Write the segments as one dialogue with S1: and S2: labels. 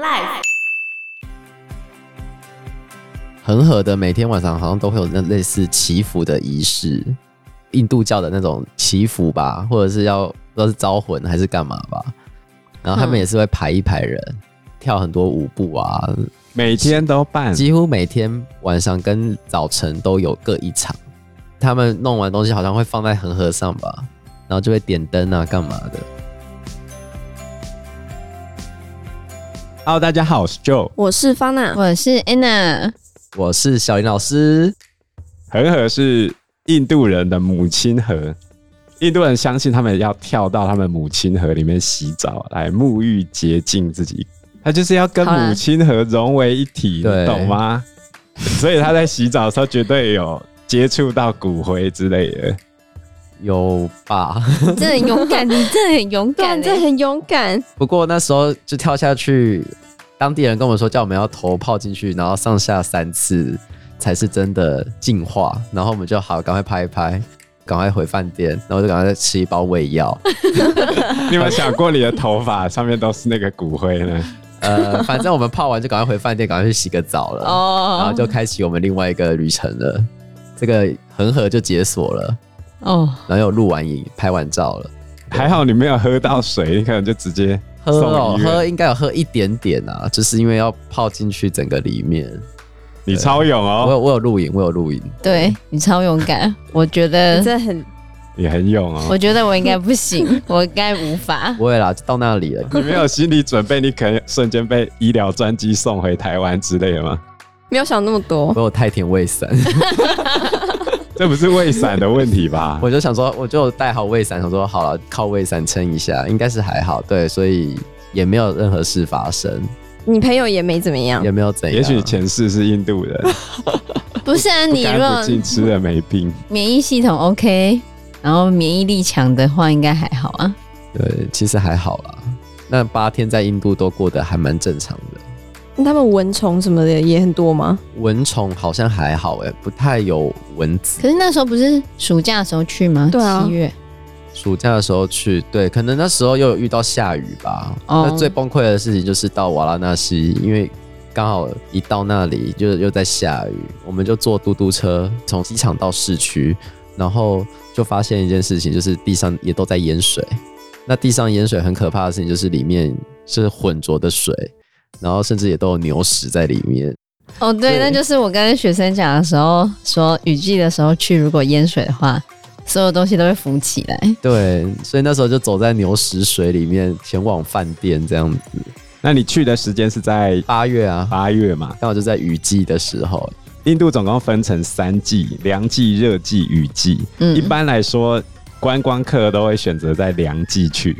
S1: Life
S2: 恒河的每天晚上好像都会有那类似祈福的仪式，印度教的那种祈福吧，或者是要不知道是招魂还是干嘛吧。然后他们
S1: 嗯
S2: 也是会排一排人，跳很多舞步啊，
S3: 每天都办，
S2: 几乎每天晚上跟早晨都有各一场。他们弄完东西好像会放在恒河上吧，然后就会点灯啊，干嘛的。
S3: Hello，大家好，我是 Joe。
S1: 我是方娜，
S4: 我是 Anna，
S2: 我是小林老师，
S3: 恒河是印度人的母亲河，印度人相信他们要跳到他们母亲河里面洗澡，来沐浴洁净自己。他就是要跟
S4: 好啦
S3: 母亲河融为一体，
S2: 对
S3: 你懂吗？所以他在洗澡的时候绝对有接触到骨灰之类的。
S2: 有吧？
S4: 真的很勇 敢，你真的很勇
S1: 对啊，
S4: 敢
S1: 你
S4: 欸，
S1: 真的很勇敢，
S2: 不过那时候就跳下去，当地人跟我们说叫我们要头泡进去，然后上下三次才是真的进化。然后我们就好，赶快拍一拍，赶快回饭店，然后就赶快再吃一包胃 药。
S3: 你有没有想过你的头发上面都是那个骨灰呢？
S2: 呃，反正我们泡完就赶快回饭店，赶快去洗个澡了。
S4: 哦，
S2: 然后就开启我们另外一个旅程了。这个恒河就解锁了，
S4: 哦，
S2: 然后又录完影、拍完照了。
S3: 还好你没有喝到水，你可能就直接
S2: 喝哦
S3: 送，医院
S2: 喝应该有喝一点点啊，就是因为要泡进去整个里面。
S3: 你超勇
S2: 我
S3: 哦，
S2: 有我有录影，我有录影。
S4: 对你超勇敢，我觉
S1: 你
S4: 得，
S1: 真的很
S3: 你很勇哦。
S4: 我觉得我应该不 行，我应该无法，
S2: 不会啦，就到那里了。
S3: 你没有心理准备，你可能瞬间被医疗专机送回台湾之类的吗？
S1: 没有想那么多
S2: 我，有太田胃散，
S3: 这不是胃散的问题吧？
S2: 我就想说，我就带好胃散，想说好了，靠胃散撑一下，应该是还好。对，所以也没有任何事发生，
S1: 你朋友也没怎么样
S2: 也，没有怎样。
S3: 也许前世是印度人，
S4: 不是啊，
S3: 不
S4: 你
S3: 干
S4: 若
S3: 不净吃了没病。
S4: 免疫系统 OK，然后免疫力强的话，应该还好啊，
S2: 对，其实还好啦。那八天在印度都过得还蛮正常的，
S1: 那他们蚊虫什么的也很多吗？
S2: 蚊虫好像还好哎、不太有蚊子。
S4: 可是那时候不是暑假的时候去吗？
S1: 对啊
S4: 七月，
S2: 暑假的时候去，对，可能那时候又有遇到下雨吧。
S4: 哦
S2: 那最崩溃的事情就是到瓦拉纳西，因为刚好一到那里就又在下雨，我们就坐嘟嘟车从机场到市区，然后就发现一件事情，就是地上也都在淹水。那地上淹水很可怕的事情就是里面是浑浊的水，然后甚至也都有牛屎在里面。
S4: 哦，
S2: 对
S4: 对，那就是我跟学生讲的时候，说雨季的时候去，如果淹水的话，所有东西都会浮起来。
S2: 对，所以那时候就走在牛屎水里面前往饭店这样子。
S3: 那你去的时间是在
S2: 八月啊，
S3: 八月嘛？
S2: 刚好就在雨季的时候，
S3: 印度总共分成三季：凉季、热季、雨季。
S4: 嗯
S3: 一般来说，观光客都会选择在凉季去。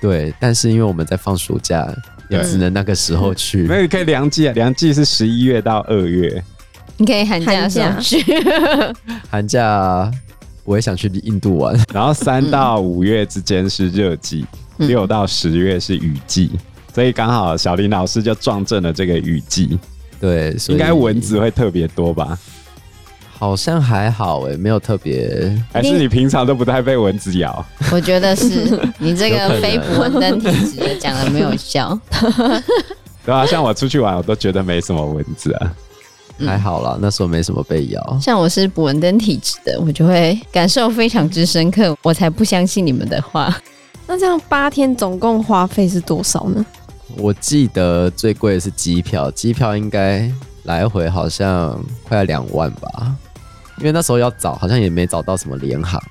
S2: 对，但是因为我们在放暑假，也只能那个时候去。
S3: 没有，你可以凉季啊，凉季是十一月到二月。
S4: 你可以寒假的时
S1: 寒假
S4: 候去，
S2: 寒假、我也想去印度玩，
S3: 然后三到五月之间是热季，
S4: 嗯
S3: 六、到十月是雨季，所以刚好小林老师就撞正了这个雨季，
S2: 对，所以
S3: 应该蚊子会特别多吧？
S2: 好像还好诶、没有特别。
S3: 还是你平常都不太被蚊子咬？
S4: 我觉 得是你这
S2: 有可
S4: 个
S2: 能
S4: 非捕蚊灯体质的讲的没有效。
S3: 对啊，像我出去玩，我都觉得没什么蚊子啊。
S4: 嗯
S2: 还好啦，那时候没什么被咬。
S4: 像我是捕蚊灯体质的，我就会感受非常之深刻，我才不相信你们的话。
S1: 那这样八天总共花费是多少呢？
S2: 我记得最贵的是机票，机票应该来回好像快要两万吧，因为那时候要找，好像也没找到什么联航，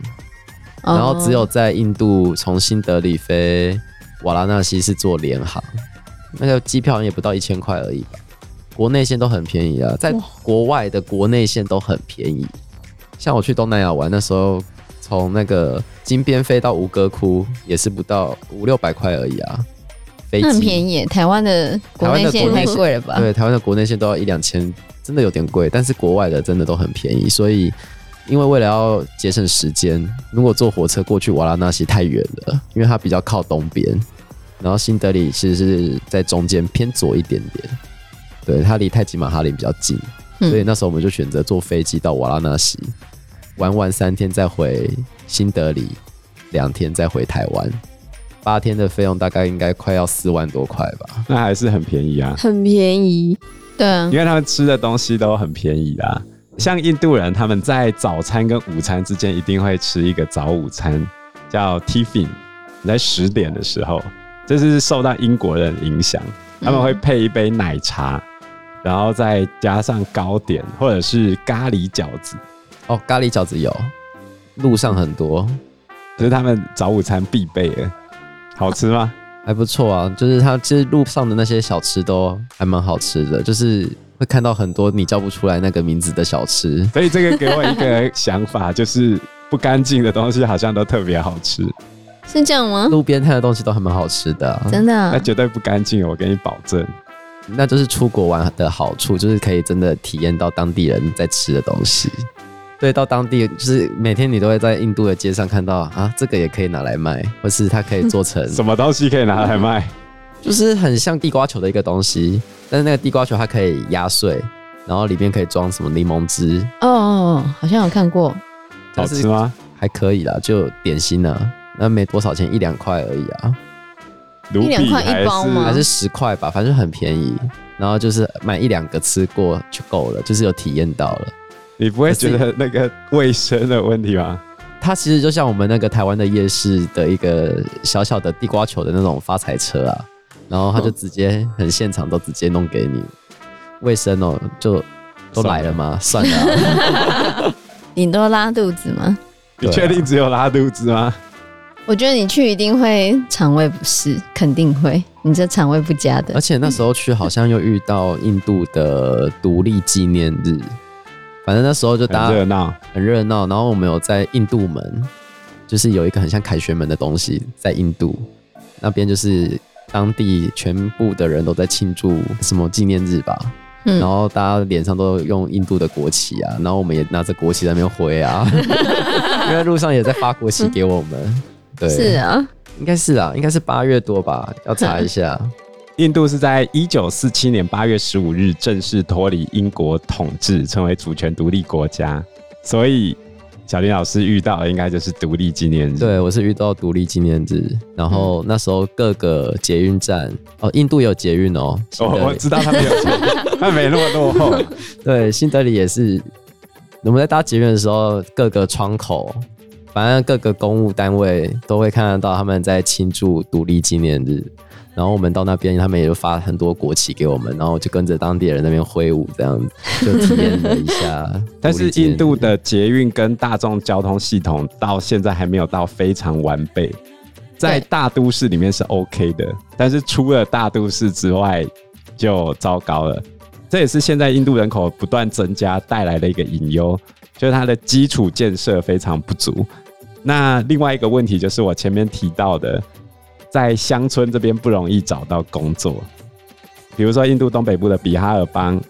S2: 然后
S4: 哦
S2: 只
S4: 嗯
S2: 有在印度从新德里飞瓦拉纳西是坐联航，那个机票好像也不到一千块而已吧。国内线都很便宜啊，在国外的国内线都很便宜。像我去东南亚玩那时候，从那个金边飞到吴哥窟也是不到五六百块而已啊，飞
S4: 那很
S2: 机。
S4: 便宜耶，台湾的国内线
S2: 台湾的国内
S4: 也太
S2: 线
S4: 贵了吧？
S2: 对，台湾的国内线都要一两千，真的有点贵，但是国外的真的都很便宜。所以，因为为了要节省时间，如果坐火车过去瓦拉纳西太远了，因为它比较靠东边，然后新德里其实是在中间偏左一点点，对，它离泰姬玛哈林比较近，
S4: 嗯
S2: 所以那时候我们就选择坐飞机到瓦拉纳西，玩完三天再回新德里，两天再回台湾。八天的费用大概应该快要四万多块吧。
S3: 那还是很便宜啊，
S1: 很便宜，
S4: 对啊
S3: 因，为他们吃的东西都很便宜啦。像印度人，他们在早餐跟午餐之间一定会吃一个早午餐，叫 tiffin。在十点的时候，这是受到英国人影响，他们会配一杯奶茶，然后再加上糕点或者是咖喱饺子，
S2: 哦，咖喱饺子有，路上很多，
S3: 这是他们早午餐必备的。好吃吗？
S2: 还不错啊。就是它其实路上的那些小吃都还蛮好吃的，就是会看到很多你叫不出来那个名字的小吃。
S3: 所以这个给我一个想法，就是不干净的东西好像都特别好吃，
S4: 是这样吗？
S2: 路边摊的东西都还蛮好吃的、啊，
S4: 真的啊、
S3: 那绝对不干净，我给你保证。
S2: 那就是出国玩的好处，就是可以真的体验到当地人在吃的东西。对，到当地就是每天你都会在印度的街上看到啊，这个也可以拿来卖，或是它可以做成，
S3: 什么东西可以拿来 卖？
S2: 就是很像地瓜球的一个东西，但是那个地瓜球它可以压碎，然后里面可以装什么柠檬汁，
S4: 哦哦哦，好像有看过，
S3: 好
S2: 但
S3: 吃
S2: 是
S3: 吗？
S2: 还可以啦，就点心啊，那没多少钱，一两块而已啊，
S3: 卢
S4: 一
S3: 比
S4: 两块
S3: 还
S4: 一
S3: 是
S4: 包吗
S2: 还是十块吧，反正很便宜。然后就是买一两个吃过就够了，就是有体验到了。
S3: 你不会觉得那个卫生的问题 吗？
S2: 它其实就像我们那个台湾的夜市的一个小小的地瓜球的那种发财车啊，然后它就直接很现场都直接弄给你，卫生哦，就都来了吗？算了啊、
S4: 顶多拉肚子吗？
S3: 你
S2: 对啊
S3: 确定只有拉肚子吗？
S4: 我觉得你去一定会肠胃不适，肯定会，你这肠胃不佳的
S2: 而。且那时候去好像又遇到印度的独立纪念日，反正那时候就大
S3: 很热
S2: 家
S3: 闹，
S2: 很热闹，然后我们有在印度门，就是有一个很像凯旋门的东西，在印度那边就是当地全部的人都在庆祝什么纪念日吧，
S4: 嗯
S2: 然后大家脸上都用印度的国旗啊，然后我们也拿着国旗在那边挥 啊，因为路上也在发国旗给我们。对，
S4: 是啊，
S2: 应该是啊，应该是八月多吧，要查一下。
S3: 印度是在一九四七年八月十五日正式脱离英国统治，成为主权独立国家。所以，小林老师遇到的应该就是独立纪念日。，
S2: 对，我是遇到独立纪念日，然
S3: 嗯
S2: 后那时候各个捷运站，哦，印度有捷运哦，新
S3: 我
S2: 德
S3: 我
S2: 里
S3: 知道他们有钱，他没那么落后。
S2: 对，新德里也是，我们在搭捷运的时候，各个窗口，反正各个公务单位都会看得到他们在庆祝独立纪念日。然后我们到那边，他们也就发很多国旗给我们，然后就跟着当地人那边挥舞，这样子就体验了一下独
S3: 但
S2: 立
S3: 是
S2: 纪念日。
S3: 印度的捷运跟大众交通系统到现在还没有到非常完备，在
S4: 对
S3: 大都市里面是 OK 的，但是除了大都市之外就糟糕了。这也是现在印度人口不断增加带来的一个隐忧，就是它的基础建设非常不足。那另外一个问题就是我前面提到的，在乡村这边不容易找到工作，比如说印度东北部的比哈尔邦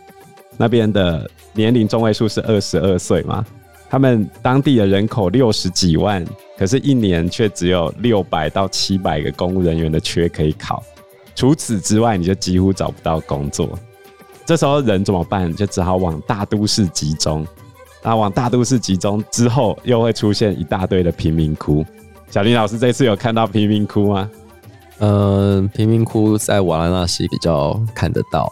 S3: 那边的年龄中位数是二十二岁嘛，他们当地的人口六十几万，可是，一年却只有六百到七百个公务人员的缺可以考。除此之外，你就几乎找不到工作。这时候人怎么办？就只好往大都市集中。那往大都市集中之后，又会出现一大堆的贫民窟。小林老师这次有看到贫民窟吗？
S2: 嗯，贫民窟在瓦拉纳西比较看得到，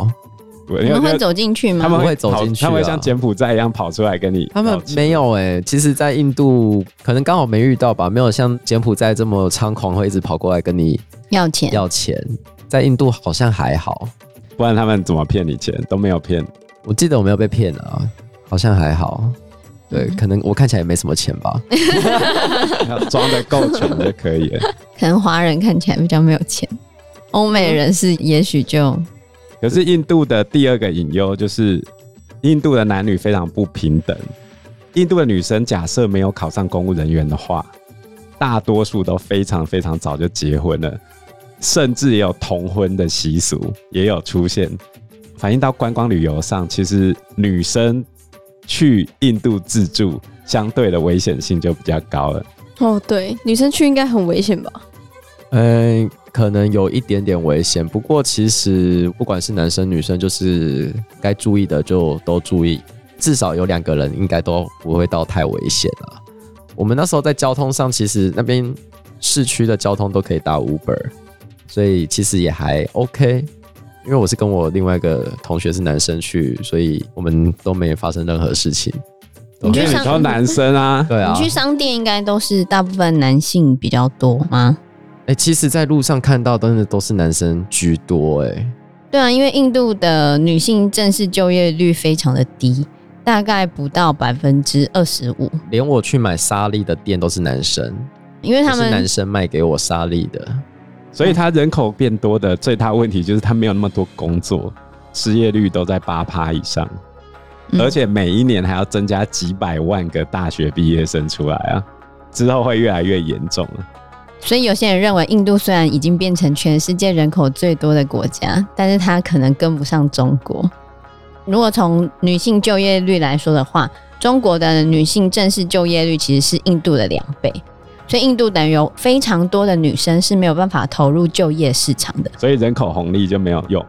S3: 我
S4: 你
S3: 因为
S4: 们会走进去
S3: 他
S4: 吗？
S3: 们
S2: 不会走
S3: 跑
S2: 进去
S3: 他们会
S2: 啊
S3: 像柬埔寨一样跑出来跟你
S2: 他们
S3: 道歉
S2: 没有哎、其实，在印度可能刚好没遇到吧，没有像柬埔寨这么猖狂，会一直跑过来跟你
S4: 要钱？
S2: 要钱，在印度好像还好，
S3: 不然他们怎么骗你钱都没有骗。
S2: 我记得我没有被骗啊，好像还好。对，可能我看起来也没什么钱吧。
S3: 要装的够穷就可以了。
S4: 可能华人看起来比较没有钱，欧美人士也许就
S3: 可是印度的第二个隐忧就是，印度的男女非常不平等。印度的女生假设没有考上公务人员的话，大多数都非常非常早就结婚了，甚至也有同婚的习俗也有出现。反映到观光旅游上，其实女生去印度自助相对的危险性就比较高了。
S1: 哦，对，女生去应该很危险吧？
S2: 嗯，可能有一点点危险，不过其实不管是男生女生，就是该注意的就都注意，至少有两个人应该都不会到太危险啊。我们那时候在交通上，其实那边市区的交通都可以打 Uber，所以其实也还 OK。因为我是跟我另外一个同学是男生去，所以我们都没发生任何事情。
S4: 你去
S3: 因为
S4: 上
S3: 你挑男生啊，
S2: 对啊
S4: 你，去商店应该都是大部分男性比较多吗？
S2: 哎、其实，在路上看到真的都是男生居多、哎，
S4: 对啊，因为印度的女性正式就业率非常的低，大概不到百分之二十五，
S2: 连我去买沙粒的店都是男生，
S4: 因为他
S2: 都是男
S4: 们
S2: 生卖给我沙粒的。
S3: 所以他人口变多的最大问题就是他没有那么多工作，失业率都在八趴以上，
S4: 嗯
S3: 而且每一年还要增加几百万个大学毕业生出来啊，之后会越来越严重啊。
S4: 所以有些人认为，印度虽然已经变成全世界人口最多的国家，但是它可能跟不上中国。如果从女性就业率来说的话，中国的女性正式就业率其实是印度的两倍，所以印度等于有非常多的女生是没有办法投入就业市场的，
S3: 所以人口红利就没有用，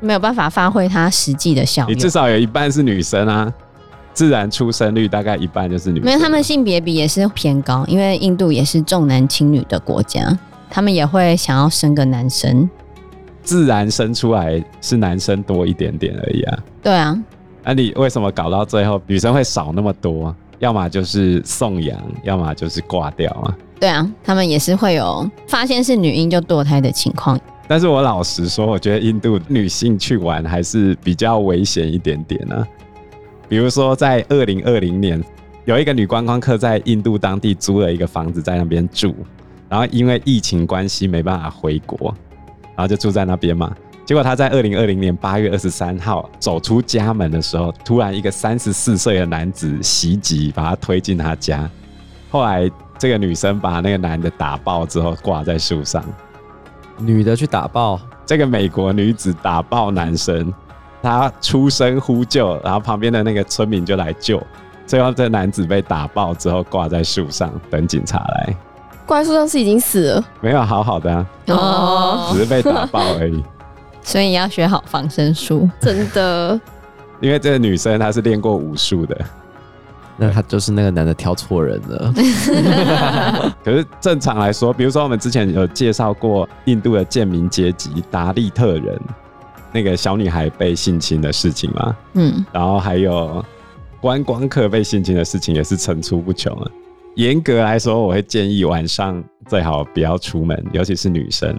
S4: 没有办法发挥它实际的效
S3: 你至
S4: 用。
S3: 少有一半是女生啊，自然出生率大概一半就是女生。
S4: 没有，他们性别比也是偏高，因为印度也是重男轻女的国家，他们也会想要生个男生。
S3: 自然生出来是男生多一点点而已啊。
S4: 对啊，
S3: 那你为什么搞到最后女生会少那么多？要么就是送养，要么就是挂掉啊。
S4: 对啊，他们也是会有发现是女婴就堕胎的情况。
S3: 但是我老实说，我觉得印度女性去玩还是比较危险一点点啊。比如说，在二零二零年，有一个女观光客在印度当地租了一个房子在那边住，然后因为疫情关系没办法回国，然后就住在那边嘛。结果她在二零二零年八月二十三号走出家门的时候，突然一个三十四岁的男子袭击，把她推进她家。后来这个女生把那个男的打爆之后挂在树上。
S2: 女的去打爆，
S3: 这个美国女子打爆男生，她出声呼救，然后旁边的那个村民就来救，最后这男子被打爆之后挂在树上等警察来，
S1: 怪兽上是已经死了，
S3: 没有好好的、啊，
S1: 哦
S3: 只是被打爆而已。
S4: 所以要学好防身术。
S1: 真的。
S3: 因为这个女生她是练过武术的，
S2: 那他就是那个男的挑错人 了。
S3: 可是正常来说，比如说我们之前有介绍过印度的贱民阶级达利特人那个小女孩被性侵的事情嘛，
S4: 嗯，
S3: 然后还有观光客被性侵的事情也是层出不穷啊。严格来说，我会建议晚上最好不要出门，尤其是女生。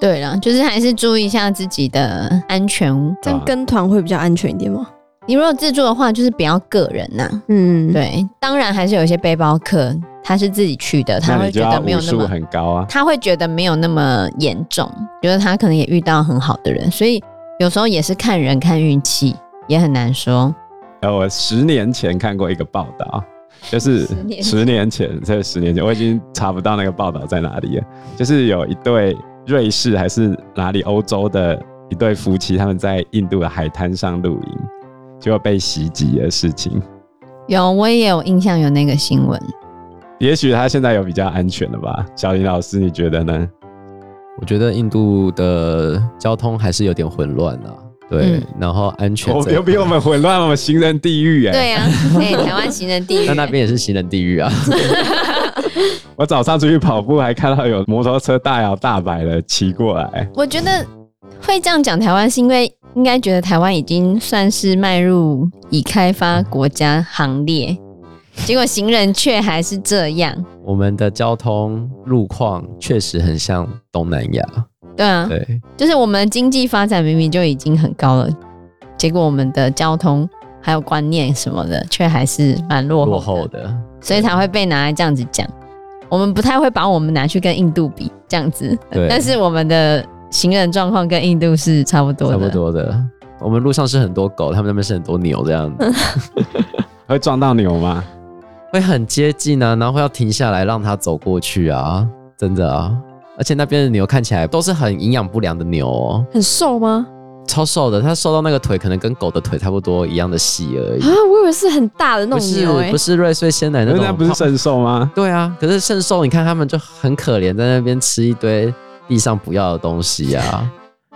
S4: 对了，就是还是注意一下自己的安全。
S1: 这样跟团会比较安全一点吗？
S4: 你如果自助的话，就是不要个人呐、
S1: 嗯，，
S4: 对，当然还是有一些背包客，他是自己去的，他
S3: 那
S4: 会
S3: 你就
S4: 觉
S3: 要
S4: 得没
S3: 武
S4: 有那
S3: 术
S4: 么，
S3: 很高啊。
S4: 他会觉得没有那么严重，觉得他可能也遇到很好的人，所以有时候也是看人看运气，也很难说。
S3: 呃，我十年前看过一个报道，就是
S4: 十年前
S3: 十年前，这十年前我已经查不到那个报道在哪里了。就是有一对瑞士还是哪里欧洲的一对夫妻，他们在印度的海滩上露营，结果被袭击的事情。
S4: 有，我也有印象有那个新闻。
S3: 也许他现在有比较安全了吧？小林老师，你觉得呢？
S2: 我觉得印度的交通还是有点混乱啊。对，
S4: 嗯
S2: 然后安全
S3: 我
S2: 这一
S3: 有比我们混乱，我们行人地狱哎、
S4: 对啊， 哎、台湾行人地狱
S2: 那。那边也是行人地狱啊。
S3: 我早上出去跑步，还看到有摩托车大摇大摆的骑过来。
S4: 我觉得会这样讲台湾，是因为应该觉得台湾已经算是迈入已开发国家行列，结果行人却还是这样。
S2: 我们的交通路况确实很像东南亚。
S4: 对啊，
S2: 对，
S4: 就是我们的经济发展明明就已经很高了，结果我们的交通还有观念什么的，却还是蛮落后
S2: 落
S4: 的
S2: 后的。
S4: 所以才会被拿来这样子讲。我们不太会把我们拿去跟印度比这样子，
S2: 对
S4: 但是我们的行人状况跟印度是差不多的，
S2: 差不多的。我们路上是很多狗，他们那边是很多牛，这 样
S3: 会撞到牛吗？
S2: 会很接近啊，然后会要停下来让它走过去啊，真的啊。而且那边的牛看起来都是很营养不良的牛哦，
S1: 很瘦吗？
S2: 超瘦的，它瘦到那个腿可能跟狗的腿差不多一样的细而已
S1: 啊。，我以为是很大的那
S2: 不
S1: 种
S2: 是
S1: 牛哎、
S2: 不是瑞穗鲜奶那
S3: 人家
S2: 种，
S3: 不是
S2: 它
S3: 圣兽吗？
S2: 对啊，可是圣兽，你看他们就很可怜，在那边吃一堆地上不要的东西啊，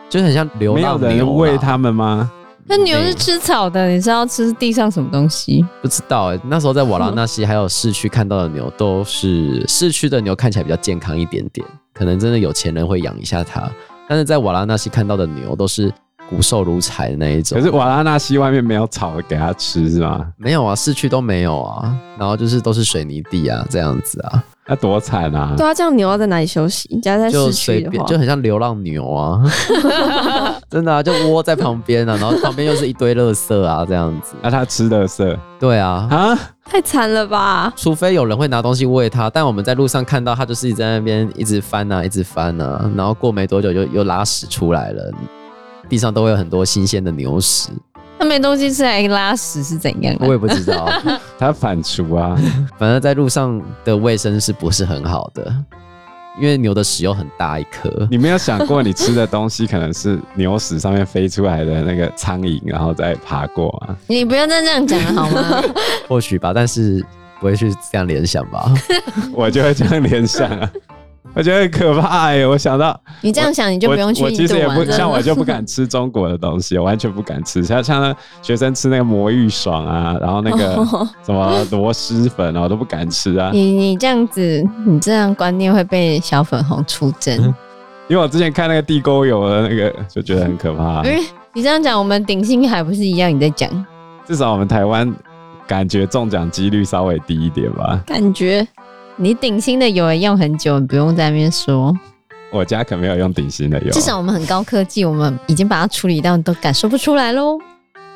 S2: 就很像流
S3: 没有
S2: 浪牛啦。啊
S3: 人喂他们吗？
S4: 那牛是吃草的，你知道吃地上什么东西？
S2: 不知道哎、那时候在瓦拉纳西还有市区看到的牛，都是市区的牛看起来比较健康一点点，可能真的有钱人会养一下它。但是在瓦拉纳西看到的牛都是骨瘦如柴的那一种。
S3: 可是瓦拉纳西外面没有草给它吃是吗？
S2: 没有啊，市区都没有啊，然后就是都是水泥地啊，这样子啊，
S3: 那多惨啊！
S1: 对啊，这样牛要在哪里休息？你家在
S2: 就
S1: 市
S2: 随
S1: 区的
S2: 便
S1: 话，
S2: 就很像流浪牛 啊，真的啊，就窝在旁边啊，然后旁边又是一堆垃圾啊，这样子。
S3: 那它吃垃圾
S2: 对啊，
S3: 啊？
S1: 太惨了吧？
S2: 除非有人会拿东西喂它，但我们在路上看到它就是一直在那边一直翻啊，一直翻啊，然后过没多久就又拉屎出来了，地上都会有很多新鲜的牛屎，
S4: 它没东西吃还拉屎是怎样、
S2: 我
S4: 啊？
S2: 也不知道，
S3: 它反刍啊！
S2: 反正在路上的卫生是不是很好的？因为牛的屎又很大一颗，
S3: 你没有想过你吃的东西可能是牛屎上面飞出来的那个苍蝇，然后再爬过啊？
S4: 你不要再这样讲了 好吗？
S2: 或许吧，但是不会去这样联想吧？
S3: 我就会这样联想啊， 我觉得很可怕哎、我想到
S4: 你这样想你就
S3: 我
S4: 不用去
S3: 我其
S4: 印
S3: 实
S4: 度
S3: 也
S4: 玩
S3: 不像
S4: 了。
S3: 我就不敢吃中国的东西，我完全不敢吃。 像像那学生吃那个魔芋爽啊，然后那个什么螺蛳粉啊，我都不敢吃啊。
S4: 哦 你你这样子，你这样观念会被小粉红出征。
S3: 因为我之前看那个地沟油的那个，就觉得很可怕、啊
S4: 不是你这样讲，我们顶薪还不是一样？你在讲
S3: 至少我们台湾感觉中奖几率稍微低一点吧。
S1: 感觉
S4: 你顶薪的有人用很久，你不用在那边说。
S3: 我家可没有用顶薪的油。
S4: 至少我们很高科技，我们已经把它处理到你都感受不出来喽。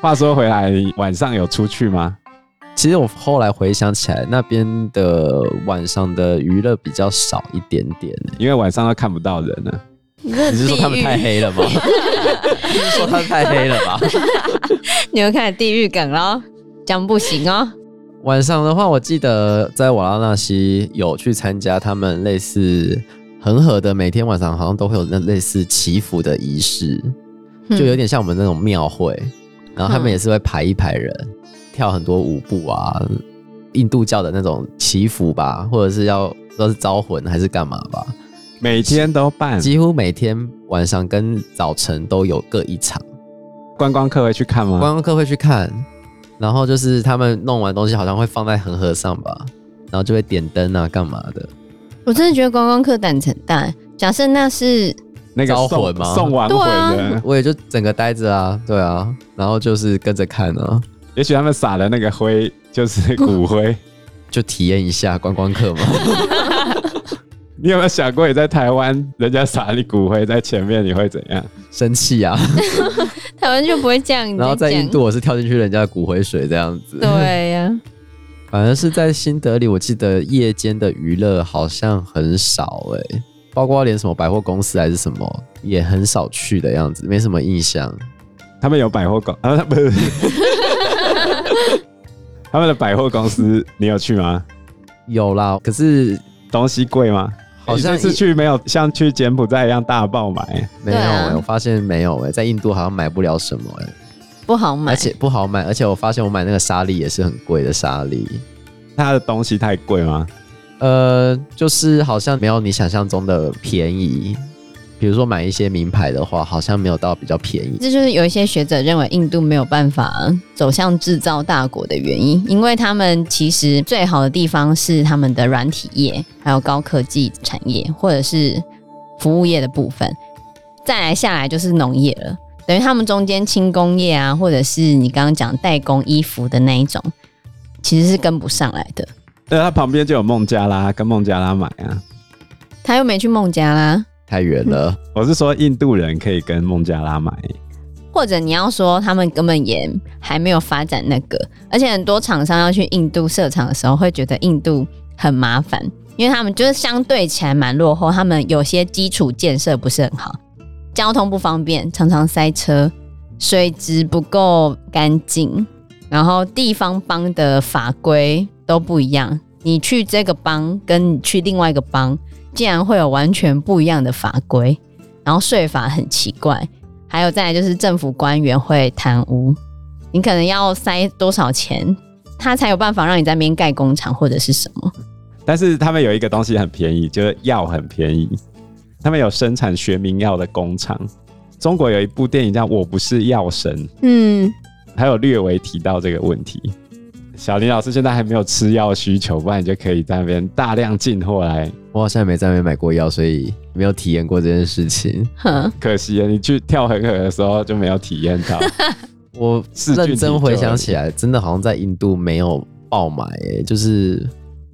S3: 话说回来，你晚上有出去吗？
S2: 其实我后来回想起来，那边的晚上的娱乐比较少一点点、欸。
S3: 因为晚上都看不到人啊了。
S1: 你这
S2: 你是说他们
S1: 地狱
S2: 太黑了吗？ 你是说他们太黑了吧？
S4: 你们开始地狱梗喽，这样不行哦。
S2: 晚上的话，我记得在瓦拉纳西有去参加他们类似恒河的，每天晚上好像都会有那类似祈福的仪式，就有点像我们那种庙会。然后他们
S4: 嗯
S2: 也是会排一排人，跳很多舞步啊，印度教的那种祈福吧，或者是要不知道是招魂还是干嘛吧。
S3: 每天都办，
S2: 几乎每天晚上跟早晨都有各一场，
S3: 观光客会去看
S2: 观
S3: 吗？
S2: 光客会去看，然后就是他们弄完东西好像会放在恒河上吧，然后就会点灯啊，干嘛的？
S4: 我真的觉得观光客胆子很大。假设那是
S3: 那个
S2: 招
S3: 送
S2: 魂吗
S3: 送完
S4: 对
S3: 魂
S4: 啊
S3: 的，
S2: 我也就整个呆着啊，对啊，然后就是跟着看啊，
S3: 也许他们撒的那个灰就是 骨灰。
S2: 就体验一下观光客嘛。
S3: 你有没有想过，你在台湾，人家撒你骨灰在前面，你会怎样？
S2: 生气啊，
S4: 台湾就不会这样，你
S2: 然后在
S4: 讲
S2: 印度我是跳进去人家的骨灰水这样子。
S4: 对呀、
S2: 反而是在新德里，我记得夜间的娱乐好像很少哎、包括连什么百货公司还是什么也很少去的样子，没什么印象。
S3: 他们有百货公，啊，不 是，他们的百货公司，你有去吗？
S2: 有啦，可是
S3: 东西贵吗？
S2: 好像
S3: 你这次去没有像去柬埔寨一样大爆买，
S2: 没有
S4: 对
S2: 哎、
S4: 啊
S2: 我发现没有哎、在印度好像买不了什么哎、
S4: 不好买
S2: 而。且不好买，而且我发现我买那个沙粒也是很贵的沙粒，
S3: 它的东西太贵吗？
S2: 呃，就是好像没有你想象中的便宜。比如说买一些名牌的话，好像没有到比较便 宜。
S4: 这就是有一些学者认为印度没有办法走向制造大国的原因，因为他们其实最好的地方是他们的软体业，还有高科技产业，或者是服务业的部分。再来下来就是农业了，等于他们中间轻工业啊，或者是你刚刚讲代工衣服的那一种，其实是跟不上来的。
S3: 对，它旁边就有孟加拉，跟孟加拉买啊。
S4: 他又没去孟加拉，
S2: 太远了，
S3: 我是说印度人可以跟孟加拉买，
S4: 或者你要说他们根本也还没有发展那个，而且很多厂商要去印度设厂的时候，会觉得印度很麻烦，因为他们就是相对起来蛮落后，他们有些基础建设不是很好，交通不方便，常常塞车，水质不够干净，然后地方邦的法规都不一样，你去这个邦跟你去另外一个邦，竟然会有完全不一样的法规，然后税法很奇怪。还有再来就是政府官员会贪污，你可能要塞多少钱，他才有办法让你在那边盖工厂或者是什么。
S3: 但是他们有一个东西很便宜，就是药很便宜。他们有生产学名药的工厂，中国有一部电影叫《我不是药神》，
S1: 嗯，
S3: 还有略微提到这个问题。小林老师现在还没有吃药需求，不然你就可以在那边大量进货来。
S2: 我好像也没在那边买过药，所以没有体验过这件事 情。
S4: 哼，
S3: 可惜了，你去跳恒河的时候就没有体验 到。
S2: 我
S3: 是
S2: 认
S3: 菌体
S2: 真回
S3: 就
S2: 想起来，真的好像在印度没有爆买、欸，就是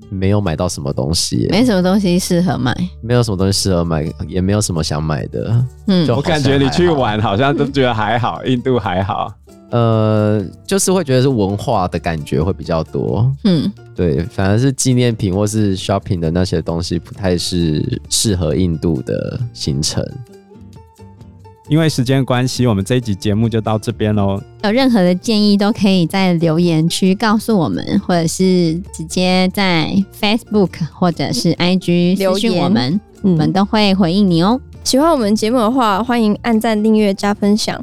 S2: 没有买到什么东西、欸，
S4: 没什么东西适合买。
S2: 没有什么东西适合买，也没有什么想买的。
S4: 嗯
S2: 就
S3: 我
S2: 好像
S3: 感觉你去
S2: 还好
S3: 玩好像都觉得还好，印度还好。
S2: 呃，就是会觉得是文化的感觉会比较多，
S4: 嗯，
S2: 对，反而是纪念品或是 shopping 的那些东西，不太是适合印度的行程。
S3: 因为时间关系，我们这一集节目就到这边喽。
S4: 有任何的建议都可以在留言区告诉我们，或者是直接在 Facebook 或者是 IG
S1: 留
S4: 私讯我们，我们
S1: 嗯，
S4: 都会回应你哦。
S5: 喜欢我们节目的话，欢迎按赞、订阅、加分享。